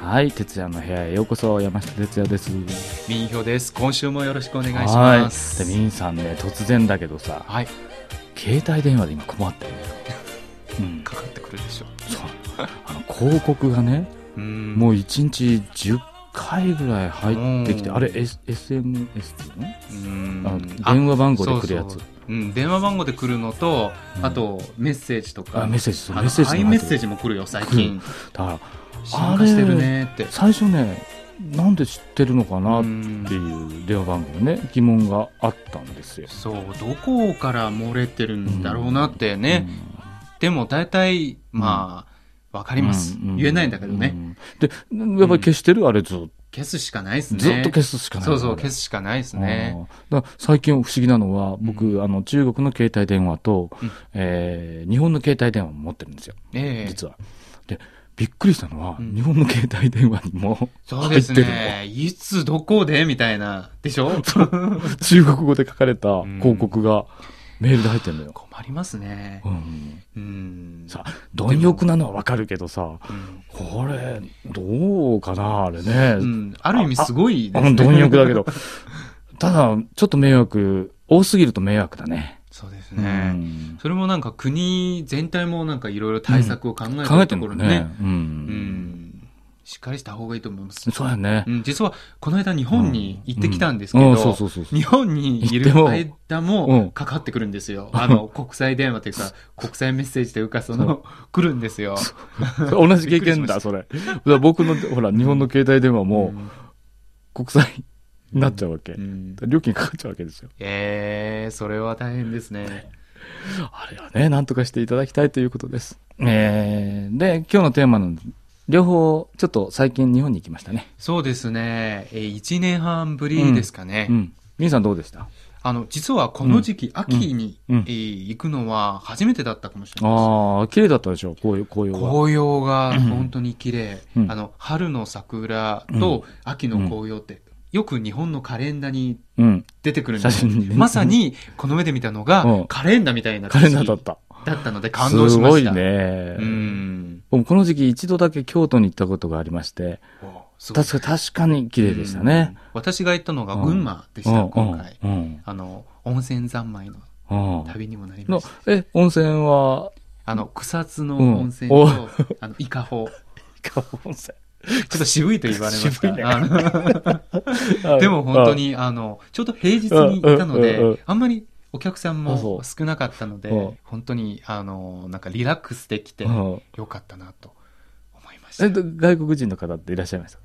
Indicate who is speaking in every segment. Speaker 1: はい、哲也の部屋へようこそ山下哲也です。
Speaker 2: 民票です。今週もよろしくお願いしま
Speaker 1: は
Speaker 2: す。
Speaker 1: いで、みんさんね突然だけどさ、
Speaker 2: はい、
Speaker 1: 携帯電話で今困ってるんだよ。うん、
Speaker 2: かかってくるでしょ。
Speaker 1: そう。あの広告がね、
Speaker 2: うーん
Speaker 1: もう1日10回ぐらい入ってきて、
Speaker 2: うん
Speaker 1: あれ、S、SMS っていうの
Speaker 2: うーん
Speaker 1: あの電話番号で来るや
Speaker 2: そ
Speaker 1: つ
Speaker 2: う。そううん、電話番号で来るのと、
Speaker 1: うん
Speaker 2: あとメッセージとか。
Speaker 1: あ、メッセージ、そう
Speaker 2: あ
Speaker 1: メッセージの
Speaker 2: のアイメ
Speaker 1: 入
Speaker 2: ッ
Speaker 1: ってく
Speaker 2: セー
Speaker 1: る
Speaker 2: ジも来るよ、最近。
Speaker 1: だから
Speaker 2: 進化してるねって。
Speaker 1: 最初ね、なんで知ってるのかな
Speaker 2: う
Speaker 1: っ
Speaker 2: ん
Speaker 1: ていう電話番号ね、疑問があったんですよ。
Speaker 2: そう、どこから漏れてるんだろうなってね。でも大体、まあ、わか
Speaker 1: あ
Speaker 2: ります、言えないんだけどね。
Speaker 1: で、やっぱり消してるあれずっと
Speaker 2: 消すしかないですね。
Speaker 1: ずっと消すしかない。
Speaker 2: そうそう、消すしかないですね。
Speaker 1: あー。だから最近不思議なのは、僕、
Speaker 2: う
Speaker 1: あの、中国の携帯電話と、
Speaker 2: うん
Speaker 1: えー日本の携帯電話も持ってるんですよ、
Speaker 2: ええ
Speaker 1: 実は。で、びっくりしたのは、
Speaker 2: うん
Speaker 1: 日本の携帯電話にも
Speaker 2: そう
Speaker 1: 入
Speaker 2: で
Speaker 1: っ
Speaker 2: す
Speaker 1: てるの。
Speaker 2: ね。いつどこでみたいな。でしょ
Speaker 1: 中国語で書かれた
Speaker 2: ん
Speaker 1: 広告がメールで入ってるのよ。
Speaker 2: 困りますね
Speaker 1: う。ん、
Speaker 2: うん。
Speaker 1: さ貪欲なのはわかるけどさ、
Speaker 2: うん
Speaker 1: これ、どうかな、あれね。
Speaker 2: うん。ある意味すごい
Speaker 1: あ
Speaker 2: です
Speaker 1: の
Speaker 2: ね。
Speaker 1: 貪欲だけど。ただ、ちょっと迷惑、多すぎると迷惑だね。
Speaker 2: そうです
Speaker 1: う
Speaker 2: ね。
Speaker 1: ん
Speaker 2: それもなんか国全体もなんかいろいろ対策を考えて
Speaker 1: 考え
Speaker 2: る
Speaker 1: て
Speaker 2: と
Speaker 1: ん
Speaker 2: こ
Speaker 1: の
Speaker 2: ろ
Speaker 1: ね
Speaker 2: ね。。
Speaker 1: う。
Speaker 2: うんん。しっかりした方がいいと思います。
Speaker 1: そうやね
Speaker 2: う。ん。実は、この間日本に行ってきたんですけ
Speaker 1: う
Speaker 2: ど
Speaker 1: ん、そうそうそうそう。
Speaker 2: 日本にい
Speaker 1: 行って
Speaker 2: る
Speaker 1: も
Speaker 2: 間
Speaker 1: うん
Speaker 2: もかかってくるんですよ。あの、国際電話とい うか、国際メッセージというか、その、来るんですよ。
Speaker 1: 同じ経験だ、それ。だから僕の、ほら、日本の携帯電話も国際になっちゃうわけ
Speaker 2: う。ん
Speaker 1: 料金かかっちゃうわけですよ。
Speaker 2: ええそれは大変ですね。
Speaker 1: あれはね、なんとかしていただきたいということです。えー、で、今日のテーマの、両方、ちょっと最近日本に行きましたね。
Speaker 2: そうですね。えー、1年半ぶりですかね。
Speaker 1: うん。みんさんどうでした
Speaker 2: あの、実はこの時期、秋に、
Speaker 1: うん
Speaker 2: えー行くのは初めてだったかもしれないです。
Speaker 1: ああ、綺麗だったでしょ、紅葉紅葉は。
Speaker 2: 紅葉が本当に綺麗、
Speaker 1: うん
Speaker 2: あの、春の桜と秋の紅葉って、よく日本のカレンダーに
Speaker 1: うん。
Speaker 2: 出てくるんです
Speaker 1: 写
Speaker 2: よ
Speaker 1: 真にね
Speaker 2: まさに、この目で見たのが、
Speaker 1: うん
Speaker 2: カレンダーみたいな
Speaker 1: カレンダーだった。
Speaker 2: だったので感動しまし
Speaker 1: す
Speaker 2: た。
Speaker 1: ごいね。
Speaker 2: うん。
Speaker 1: 僕この時期一度だけ京都に行ったことがありまして、
Speaker 2: おすごい
Speaker 1: 確か確かに綺麗でしたね
Speaker 2: うん。。私が行ったのが群馬でし
Speaker 1: うん
Speaker 2: た、
Speaker 1: うん
Speaker 2: 今回。
Speaker 1: うん
Speaker 2: あの、温泉三昧の
Speaker 1: うん
Speaker 2: 旅にもなりま
Speaker 1: の
Speaker 2: した。
Speaker 1: え、温泉 は、
Speaker 2: あの、草津の
Speaker 1: うん
Speaker 2: 温泉と、
Speaker 1: お
Speaker 2: あの、伊香保。
Speaker 1: 温泉。
Speaker 2: ちょっと渋いと言われまし
Speaker 1: 渋いね
Speaker 2: た。あのでも本当に、あの、ちょうど平日に行ったの
Speaker 1: うんうんうん
Speaker 2: で、あんまりお客さん
Speaker 1: あそ
Speaker 2: も
Speaker 1: う
Speaker 2: 少なかったの
Speaker 1: うん
Speaker 2: で、本当に、あの、なんかリラックスでき
Speaker 1: う
Speaker 2: て、
Speaker 1: ん。うん
Speaker 2: よかったなと思いました。
Speaker 1: えっ
Speaker 2: い
Speaker 1: と、外国人の方っていらっしゃいました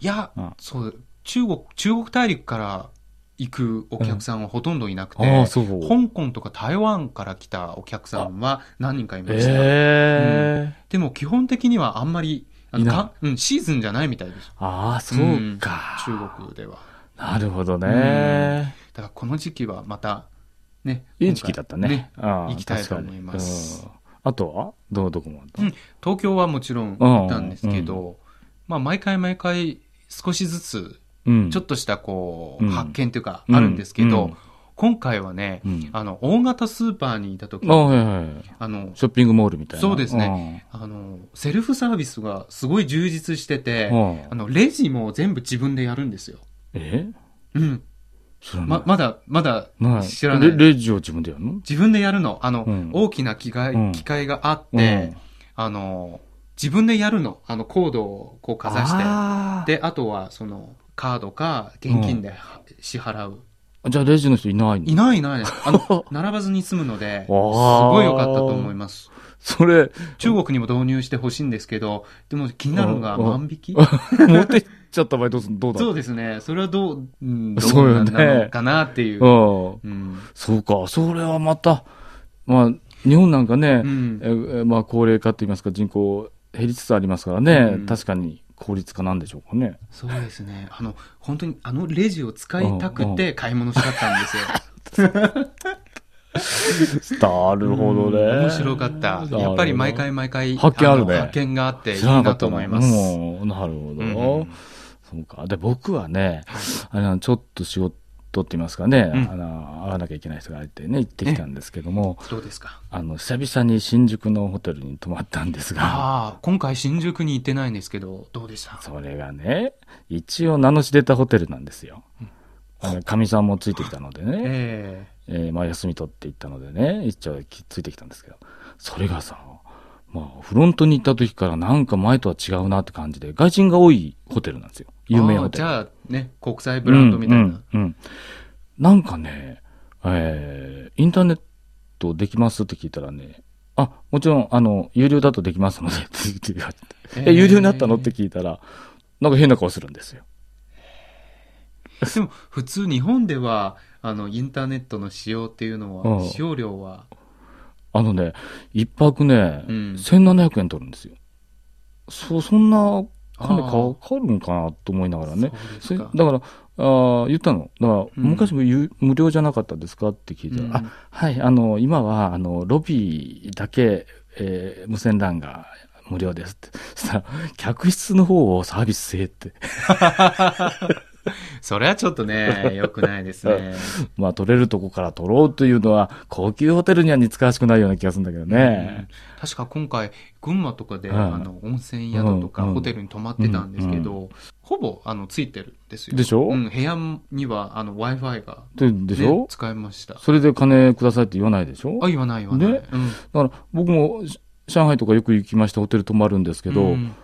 Speaker 2: や
Speaker 1: うん、
Speaker 2: そう、中国、中国大陸から行くお客さんはほとんどいなくて、
Speaker 1: ああ、そう。
Speaker 2: 香港とか台湾から来たお客さんは何人かいました。
Speaker 1: ええ。
Speaker 2: でも基本的にはあんまり、あ
Speaker 1: い
Speaker 2: の
Speaker 1: ない
Speaker 2: かうん、シーズンじゃないみたいです。
Speaker 1: ああ、そうか。
Speaker 2: うん中国では。
Speaker 1: なるほど
Speaker 2: う
Speaker 1: ね。
Speaker 2: だからこの時期はまた、ね。
Speaker 1: いい時期だったね。
Speaker 2: ね
Speaker 1: ああ
Speaker 2: 行きたいと思いま
Speaker 1: 確
Speaker 2: す。
Speaker 1: かにうんあとはどのどこもあった
Speaker 2: うん東京はもちろん行ったんですけど、まあ毎回毎回少しずつ、
Speaker 1: うん
Speaker 2: ちょっとしたこう、
Speaker 1: うん
Speaker 2: 発見というか
Speaker 1: うん
Speaker 2: あるんですけど、
Speaker 1: うん
Speaker 2: 今回はね、
Speaker 1: うん
Speaker 2: あの、大型スーパーにいた時
Speaker 1: あ、はいはいはい。
Speaker 2: あの、
Speaker 1: ショッピングモールみたいな。
Speaker 2: そうです
Speaker 1: ね。
Speaker 2: あの、セルフサービスがすごい充実してて、
Speaker 1: うん
Speaker 2: あの、レジも全部自分でやるんですよ。
Speaker 1: え
Speaker 2: うん。
Speaker 1: 知らない
Speaker 2: ま、まだ、まだ、
Speaker 1: ない
Speaker 2: 知らない
Speaker 1: レレジを自分でやるの
Speaker 2: 自分でやるの。あの、
Speaker 1: うん
Speaker 2: 大きな機械、
Speaker 1: うん
Speaker 2: 機械があって、あの、自分でやるの。あの、コードをこうかざして。
Speaker 1: して。
Speaker 2: で、あとは、その、カードか、現金で支払う。
Speaker 1: で、じゃあレジの人いないの
Speaker 2: いないいない。あの、並ばずに済むので、す
Speaker 1: わあ
Speaker 2: ごい良かったと思います。
Speaker 1: それ、
Speaker 2: 中国にも導入してほしいんですけど、でも気になるのが
Speaker 1: うん
Speaker 2: 万引き
Speaker 1: 持ってっちゃった場合どうすんどうだ
Speaker 2: そう
Speaker 1: う
Speaker 2: ですね。それはどう、うん、ど
Speaker 1: そう
Speaker 2: う
Speaker 1: よ
Speaker 2: な
Speaker 1: ね
Speaker 2: のかなっていう。
Speaker 1: うん。
Speaker 2: うん。
Speaker 1: そうか、それはまた、まあ、日本なんかね
Speaker 2: う、ん
Speaker 1: ええまあ、高齢化といいますか、人口減りつつありますからね、
Speaker 2: うん
Speaker 1: 確かに効率化なんでしょうかね。
Speaker 2: そうですね。あの、本当にあのレジを使いたくて買い物しちゃったんですよ。
Speaker 1: なるほどね。
Speaker 2: 面白かった。やっぱり毎回毎回
Speaker 1: 発見あるね
Speaker 2: の発見があっていい
Speaker 1: 知らなか
Speaker 2: な
Speaker 1: っ
Speaker 2: と
Speaker 1: た
Speaker 2: 思
Speaker 1: ない
Speaker 2: ます。
Speaker 1: うんなるほど。
Speaker 2: うん
Speaker 1: そうか。で、僕はね、あの、ちょっと仕事、トって言いますかね、
Speaker 2: うん
Speaker 1: あの会わなきゃいけない人がいてね、行ってきたんですけども、
Speaker 2: どうですか
Speaker 1: あの、久々に新宿のホテルに泊まったんですが、
Speaker 2: ああ、今回新宿に行ってないんですけど、どうでした
Speaker 1: それがね、一応名の知れたホテルなんですよ
Speaker 2: うん。
Speaker 1: あのかみさんもついてきたのでね、
Speaker 2: え
Speaker 1: えーまあ、休み取って行ったのでね、一応きついてきたんですけど、それがさ、まあ、フロントに行った時からなんか前とは違うなって感じで、外人が多いホテルなんですよ。
Speaker 2: え
Speaker 1: 有名
Speaker 2: あ
Speaker 1: ホ
Speaker 2: あ
Speaker 1: テル。
Speaker 2: じゃあね、国際ブランドみたいな。
Speaker 1: うんうんうんなんかね、えーインターネットできますって聞いたらね、あ、もちろん、あの、有料だとできますので、 って言って言われてえ、有料になったのって聞いたら、なんか変な顔するんですよ。
Speaker 2: でも普通日本ではあのインターネットの使用っていうのは、
Speaker 1: うん
Speaker 2: 使用料は、
Speaker 1: あのね、一泊ね、
Speaker 2: うん
Speaker 1: 1700円取るんですよ。そ、そんな、かなり
Speaker 2: あ
Speaker 1: か
Speaker 2: ー
Speaker 1: かるんかなと思いながらね。
Speaker 2: そ
Speaker 1: そうれ
Speaker 2: で
Speaker 1: だ
Speaker 2: すか
Speaker 1: から、あー言ったの。だから、昔も有無料じゃなかったですかって聞いたら、
Speaker 2: うん
Speaker 1: あ、はい、あの、今は、あの、ロビーだけ、えー無線 LAN が無料ですって。 そしたら、客室の方をサービスせえって。
Speaker 2: それはちょっとね良くないですね
Speaker 1: まあ、取れるとこから取ろうというのは、高級ホテルには似つかわしくないような気がするんだけどね。
Speaker 2: うん確か今回群馬とかで、
Speaker 1: うん
Speaker 2: あの温泉宿とか、
Speaker 1: うん
Speaker 2: ホテルに泊まってたんですけど、
Speaker 1: う
Speaker 2: ほぼあのついてるんですよ
Speaker 1: でしょ
Speaker 2: うん、部屋にはあの w i f i が、
Speaker 1: で
Speaker 2: ね
Speaker 1: でしょ、
Speaker 2: 使えました
Speaker 1: それで金くださいって言わないでしょ
Speaker 2: あ言わない言わない、
Speaker 1: ね
Speaker 2: うん
Speaker 1: だから、僕もし上海とかよく行きました、ホテル泊まるんですけど、
Speaker 2: うん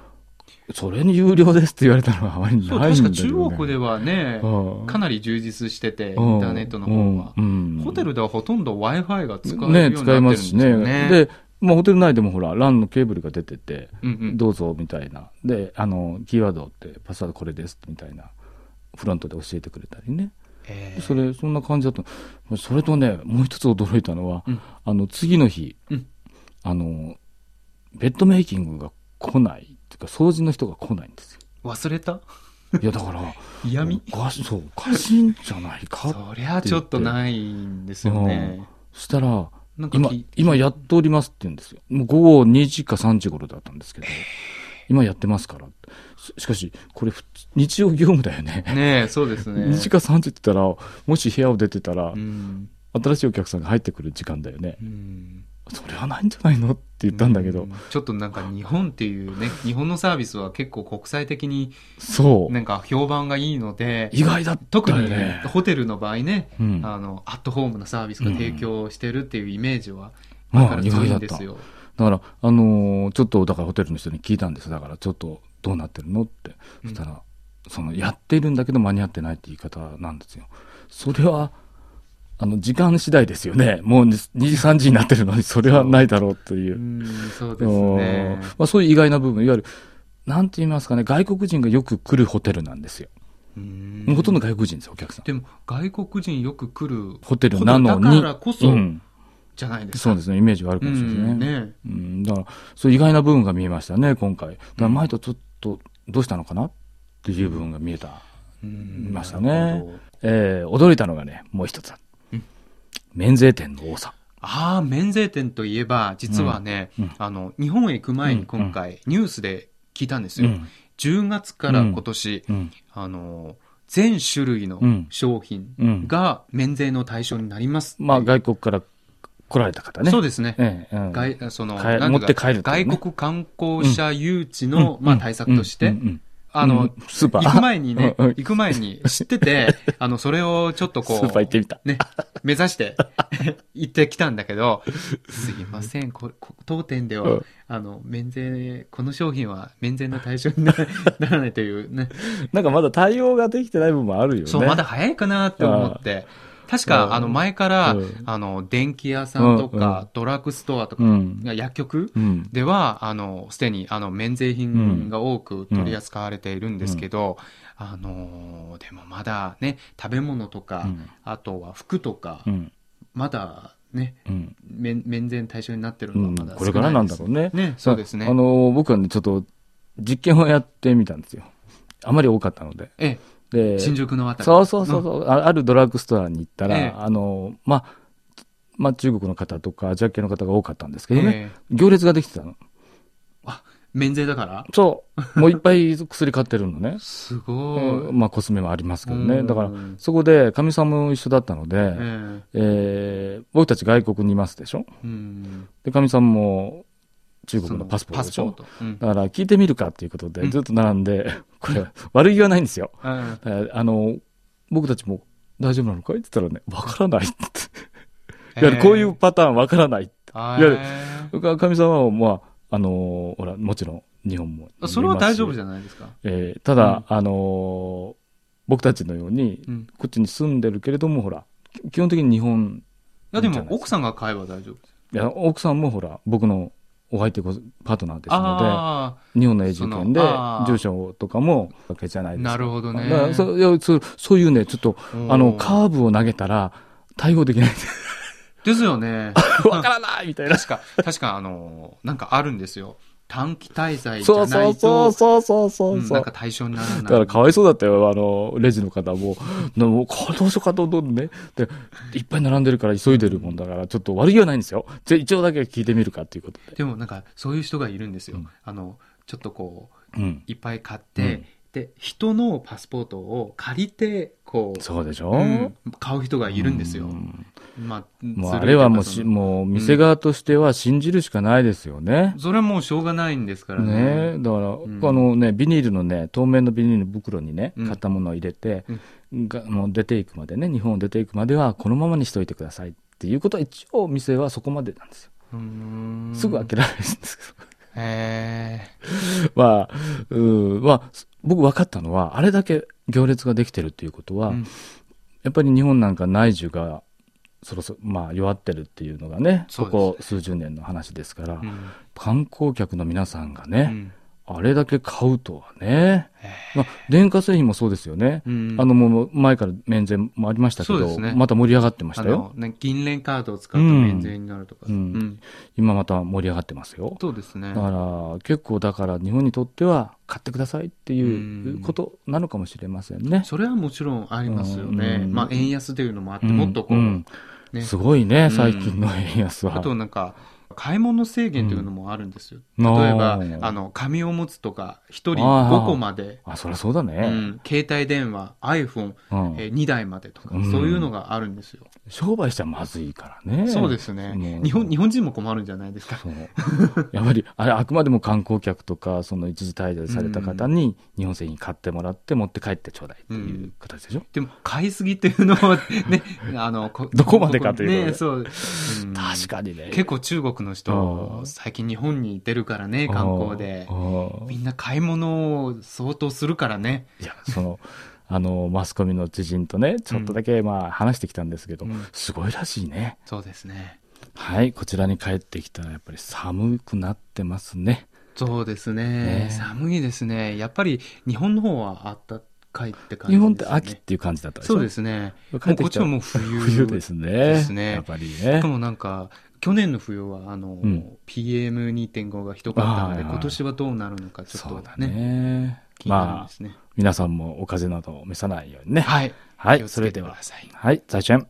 Speaker 1: それに有料ですって言われたのはあまりないんだ
Speaker 2: そう
Speaker 1: よね。
Speaker 2: 確か中国ではね、
Speaker 1: は
Speaker 2: かなり充実してて、インターネットの方は。ホテルではほとんど Wi-Fi が使えるようになっ
Speaker 1: ね、
Speaker 2: て
Speaker 1: 使
Speaker 2: る
Speaker 1: え
Speaker 2: ん
Speaker 1: ま
Speaker 2: ですす
Speaker 1: し
Speaker 2: よね。
Speaker 1: ね。で、まあ、ホテル内でもほら、LAN のケーブルが出てて、
Speaker 2: うんうん、
Speaker 1: どうぞみたいな。で、あの、キーワードって、パスワードこれですみたいな、フロントで教えてくれたりね。
Speaker 2: えー
Speaker 1: それ、そんな感じだった。それとね、もう一つ驚いたのは、
Speaker 2: うん
Speaker 1: あの、次の日、
Speaker 2: うん
Speaker 1: あの、ベッドメイキングが来ない、っていうか、掃除の人が来ないんですよ。
Speaker 2: 忘れた
Speaker 1: いや、だ から、
Speaker 2: 嫌味
Speaker 1: おかしそう、おかしいんじゃないか。
Speaker 2: そりゃちょっとないんですよね。
Speaker 1: そしたら、
Speaker 2: なんか
Speaker 1: 今
Speaker 2: き、
Speaker 1: 今やっておりますって言うんですよ。もう午後2時か3時頃だったんですけど、今やってますから。ししかし、これ普通、日曜業務だよね。
Speaker 2: ねえ、そうです ね。
Speaker 1: 2時か3時って言ったら、もし部屋を出てたら
Speaker 2: う、ん。
Speaker 1: 新しいお客さんが入ってくる時間だよね。
Speaker 2: うん
Speaker 1: それはないんじゃないのって言ったんだけ
Speaker 2: う
Speaker 1: ど、
Speaker 2: ちょっとなんか日本っていうね、日本のサービスは結構国際的に
Speaker 1: そう。
Speaker 2: なんか評判がいいので、
Speaker 1: 意外だった
Speaker 2: 特
Speaker 1: よ
Speaker 2: に
Speaker 1: ね。
Speaker 2: ホテルの場合ね、
Speaker 1: うん。
Speaker 2: あの、アットホームなサービスが提供してるっていうイメージは、
Speaker 1: うん
Speaker 2: だから
Speaker 1: 意
Speaker 2: 強
Speaker 1: 外
Speaker 2: い
Speaker 1: だ
Speaker 2: ん
Speaker 1: っ
Speaker 2: で
Speaker 1: た。
Speaker 2: す
Speaker 1: だ
Speaker 2: よ。
Speaker 1: から、あのーちょっと、だからホテルの人に聞いたんです。だから、ちょっと、どうなってるのって。
Speaker 2: うん
Speaker 1: そしたら、その、やっているんだけど間に合ってないって言い方なんですよ。それは、あの、時間次第ですよね。もう2時、3時になってるのに、それはないだろうというう。
Speaker 2: ん、そう
Speaker 1: あ
Speaker 2: です
Speaker 1: の
Speaker 2: ね。
Speaker 1: まあ、そういう意外な部分、いわゆる、なんて言いますかね、外国人がよく来るホテルなんですよ。
Speaker 2: うん
Speaker 1: もうほとんど外国人ですよ、お客さん。
Speaker 2: でも外国人よく来る
Speaker 1: ホテルなの
Speaker 2: だ
Speaker 1: に。
Speaker 2: からこそ
Speaker 1: うん、
Speaker 2: じゃないですか。
Speaker 1: そうですね、イメージがあるか
Speaker 2: う
Speaker 1: もしれない
Speaker 2: ん
Speaker 1: ね。
Speaker 2: ね
Speaker 1: うん、だから、そういう意外な部分が見えましたね、今回。だから前とちょっと、どうしたのかなっていう部分が見えた。
Speaker 2: うん
Speaker 1: いましたね
Speaker 2: なるほど
Speaker 1: えー驚いたのがね、もう一つある
Speaker 2: うん
Speaker 1: 免税店の多さ。
Speaker 2: ああ、免税店といえば、実はね、
Speaker 1: うんうん
Speaker 2: あの、日本へ行く前に今回、ニュースで聞いたんですよ。
Speaker 1: うん
Speaker 2: 10月から今年、
Speaker 1: うん
Speaker 2: あの、全種類の
Speaker 1: うん
Speaker 2: 商品
Speaker 1: うん
Speaker 2: が免税の対象になります。
Speaker 1: まあ、外国から来られた方ね。
Speaker 2: そう
Speaker 1: う
Speaker 2: ですね。
Speaker 1: ええうん
Speaker 2: 外その
Speaker 1: 帰る
Speaker 2: なんい
Speaker 1: 持
Speaker 2: うか
Speaker 1: って帰るとかね
Speaker 2: 外国観光者誘致の、まあ、対策として、
Speaker 1: うんうんうん
Speaker 2: あ
Speaker 1: う
Speaker 2: の
Speaker 1: ん、スーパー。
Speaker 2: 行く前にね、
Speaker 1: うんうん
Speaker 2: 行く前に知ってて、あの、それをちょっと
Speaker 1: ス
Speaker 2: こう、
Speaker 1: ーパー行ってみた。
Speaker 2: ね、目指して 行ってきたんだけど、すいません、ここ当店では、
Speaker 1: うん
Speaker 2: あの、免税、この商品は免税の対象 になならないというね、
Speaker 1: なんかまだ対応ができてない部分もあるよね。
Speaker 2: そう、まだ早いかなって思って、確か、
Speaker 1: うん
Speaker 2: あの、前から、
Speaker 1: うん
Speaker 2: あの、電気屋さんと
Speaker 1: うんう
Speaker 2: か、ドラッグストアとか、
Speaker 1: うん。
Speaker 2: 薬局
Speaker 1: うん。
Speaker 2: では、あの、すでに、あの、免税品が多く取り扱われているんですけど、あのー、でもまだね、食べ物とか、
Speaker 1: うん
Speaker 2: あとは服とか、
Speaker 1: うん。
Speaker 2: まだね、
Speaker 1: うん。
Speaker 2: 免免税対象になってる
Speaker 1: う
Speaker 2: のは
Speaker 1: ん
Speaker 2: まだ
Speaker 1: これからなんだろ
Speaker 2: う
Speaker 1: うね。
Speaker 2: ね、そうですね。
Speaker 1: あの、僕はね、ちょっと、実験をやってみたんですよ。あまり多かったので。
Speaker 2: ええ、
Speaker 1: で、
Speaker 2: 新宿のあたり。
Speaker 1: そうそうそうそう、ああるドラッグストアに行ったら、
Speaker 2: ええ
Speaker 1: あの、ま、ま、中国の方とかアジア系の方が多かったんですけ
Speaker 2: うん。
Speaker 1: どね、
Speaker 2: ええ
Speaker 1: 行列ができてたの。
Speaker 2: 免税だから。
Speaker 1: そう。もういっぱい薬買ってるのね
Speaker 2: すごい。
Speaker 1: うんまあコスメもありますけどね。だから
Speaker 2: う、ん
Speaker 1: そこで、かみさんも一緒だったので、
Speaker 2: ええ
Speaker 1: えー僕たち外国にいますでしょ
Speaker 2: うん
Speaker 1: で、かみさんも中国のパスポートでしょ
Speaker 2: そのパスポート
Speaker 1: だから聞いてみるかっていうこと
Speaker 2: う
Speaker 1: で、
Speaker 2: ん
Speaker 1: ずっと並んで、 これ、悪気はないんですよ。
Speaker 2: うんうん
Speaker 1: だからあの、僕たちも、大丈夫なのかいって言ったらね、わからないって。いや、こういうパターンわからない。
Speaker 2: あ
Speaker 1: いや
Speaker 2: ー
Speaker 1: かかみさんは、まあ、あのーほら、もちろん、日本も。
Speaker 2: それは大丈夫じ
Speaker 1: ゃん。
Speaker 2: ゃないですか。
Speaker 1: えーただ、あのー僕たちのように、
Speaker 2: うん。
Speaker 1: こっちに住んでるけれども、ほら、き基本的に日本、
Speaker 2: いや、で
Speaker 1: いいんじゃ
Speaker 2: も
Speaker 1: ないです、か
Speaker 2: 奥さんが買えば大丈夫です。
Speaker 1: いや、奥さんもほら、僕のお相手ご、パートナーですの
Speaker 2: あ
Speaker 1: で、日本の永住権で
Speaker 2: そのあ、ー
Speaker 1: 住所とかも、わけじゃな
Speaker 2: あ、
Speaker 1: いですか。
Speaker 2: なるほどね。
Speaker 1: だからそういやそうそういうね、ちょっと、
Speaker 2: うん
Speaker 1: あの、カーブを投げたら、対応できない。
Speaker 2: ですよね。
Speaker 1: わからないみたいな。
Speaker 2: 確か、確か、あの、なんかあるんですよ。短期滞在 じ
Speaker 1: そ
Speaker 2: ゃ
Speaker 1: う
Speaker 2: な
Speaker 1: そう
Speaker 2: い
Speaker 1: そう
Speaker 2: と、
Speaker 1: そうそうそううんそ
Speaker 2: な
Speaker 1: うん
Speaker 2: か。対象にならない。
Speaker 1: だからかわいそうだったよ、あの、レジの方も。でもう、これどうしようかと、どんどんね。で、いっぱい並んでるから急いでるもんだから、ちょっと悪気はないんですよ。じゃあ一応だけ聞いてみるかっていうことで。
Speaker 2: でもなんか、そういう人がいるんですよ。
Speaker 1: うん
Speaker 2: あの、ちょっとこう、
Speaker 1: うん。
Speaker 2: いっぱい買っ
Speaker 1: うん
Speaker 2: て、で、人のパスポートを借りて、こう、
Speaker 1: そうでしょ
Speaker 2: うん買う人がいるんですよ
Speaker 1: う。ん
Speaker 2: まあ、
Speaker 1: もう、
Speaker 2: ずるいといか
Speaker 1: あれはもうし、
Speaker 2: その
Speaker 1: もう、店側としては信じるしかないですよね。
Speaker 2: それはもうしょうがないんですから
Speaker 1: ね
Speaker 2: ね。
Speaker 1: だから、
Speaker 2: ん
Speaker 1: あのね、ビニールのね、透明のビニール袋にね、
Speaker 2: うん
Speaker 1: 買ったものを入れて、があの出ていくまでね、日本を出ていくまでは、このままにしといてくださいっていうことは、一応、店はそこまでなんですよ。
Speaker 2: うーん
Speaker 1: すぐ開けられるんですけ
Speaker 2: へ
Speaker 1: ど、 まあ、うん、まあ、僕分かったのは、あれだけ行列ができてるっていうことは、
Speaker 2: うん
Speaker 1: やっぱり日本なんか内需が、そろそろ、まあ、弱ってるっていうのがね、
Speaker 2: そう
Speaker 1: こ
Speaker 2: です
Speaker 1: こ数十年の話ですから、
Speaker 2: ーうん
Speaker 1: 観光客の皆さんが
Speaker 2: う
Speaker 1: ね、
Speaker 2: ん
Speaker 1: あれだけ買うとはね、
Speaker 2: へ
Speaker 1: まあ、電化製品もそうですよね。
Speaker 2: ーうん
Speaker 1: あの、もう前から免税もありましたけ
Speaker 2: そうで
Speaker 1: ど、
Speaker 2: すね
Speaker 1: また盛り上がってましたよ。
Speaker 2: あのね、銀連カードを使うと免税になるとか。
Speaker 1: う
Speaker 2: うんん
Speaker 1: うん今また盛り上がってますよ。
Speaker 2: そうです
Speaker 1: だ。
Speaker 2: ね
Speaker 1: から、結構だから日本にとっては買ってくださいっていううんことなのかもしれませんね。
Speaker 2: それはもちろんありますよね。
Speaker 1: うん
Speaker 2: まあ、円安というのもあって、
Speaker 1: うん
Speaker 2: もっとこう、
Speaker 1: ん
Speaker 2: ね
Speaker 1: すごいね、
Speaker 2: ん
Speaker 1: 最近の円安は。
Speaker 2: あとなんか、買い物制限というのもあるんです
Speaker 1: う
Speaker 2: よ。
Speaker 1: ん
Speaker 2: 例えば
Speaker 1: あー、
Speaker 2: あの、紙おむつとか、一人
Speaker 1: あー
Speaker 2: 5個まで、
Speaker 1: あ、そりゃそうだ
Speaker 2: う
Speaker 1: ね。
Speaker 2: ん携帯電話、iPhone、
Speaker 1: うん
Speaker 2: えー2台までとか、
Speaker 1: うん
Speaker 2: そういうのがあるんですよ。
Speaker 1: 商売しちゃまずいからね。
Speaker 2: そうですね
Speaker 1: も。う
Speaker 2: 日本、日本人も困るんじゃないですか。
Speaker 1: そう やっぱりあれあくまでも観光客とかその一時滞在された方に日本製品買ってもらって持って帰ってちょうだいっていう形でしょ、
Speaker 2: でも、買いすぎっていうのは、ね、あの、こ
Speaker 1: どこまでかということで
Speaker 2: ね、そう。うん
Speaker 1: 確かにね
Speaker 2: 結構中国の
Speaker 1: あ
Speaker 2: 人
Speaker 1: ー、
Speaker 2: 最近日本に出るからね、観光で
Speaker 1: あ。ー
Speaker 2: みんな買い物を相当するからね。
Speaker 1: いやそのあのマスコミの知人とねちょっとだけまあ話してきたんですけど、
Speaker 2: うん
Speaker 1: すごいらしいね
Speaker 2: そうですね。
Speaker 1: はいこちらに帰ってきたらやっぱり寒くなってますね
Speaker 2: そうですね
Speaker 1: ね。
Speaker 2: 寒いですね。やっぱり日本の方はあったかいって感じですね。
Speaker 1: 日本って秋っていう感じだったでしょ
Speaker 2: そうですね。
Speaker 1: 帰
Speaker 2: も
Speaker 1: っ
Speaker 2: う
Speaker 1: て
Speaker 2: こ
Speaker 1: き
Speaker 2: っち
Speaker 1: たら
Speaker 2: はもう冬。
Speaker 1: 冬ですね
Speaker 2: ですね
Speaker 1: やっぱり
Speaker 2: し
Speaker 1: ね
Speaker 2: かもなんか、去年の冬は、あの、
Speaker 1: うん
Speaker 2: PM2.5 がひどかったの
Speaker 1: はい
Speaker 2: で、
Speaker 1: はい
Speaker 2: 今年はどうなるのか、ちょ
Speaker 1: そ
Speaker 2: っ
Speaker 1: う
Speaker 2: と
Speaker 1: だ
Speaker 2: ね、
Speaker 1: ね
Speaker 2: 気になるん
Speaker 1: ま
Speaker 2: で
Speaker 1: あ
Speaker 2: すね。
Speaker 1: 皆さんもお風邪などを召さないようにね
Speaker 2: はい。
Speaker 1: はい
Speaker 2: 気をつ
Speaker 1: そ
Speaker 2: け
Speaker 1: れ
Speaker 2: て
Speaker 1: で
Speaker 2: く
Speaker 1: は
Speaker 2: ださい。
Speaker 1: はい再见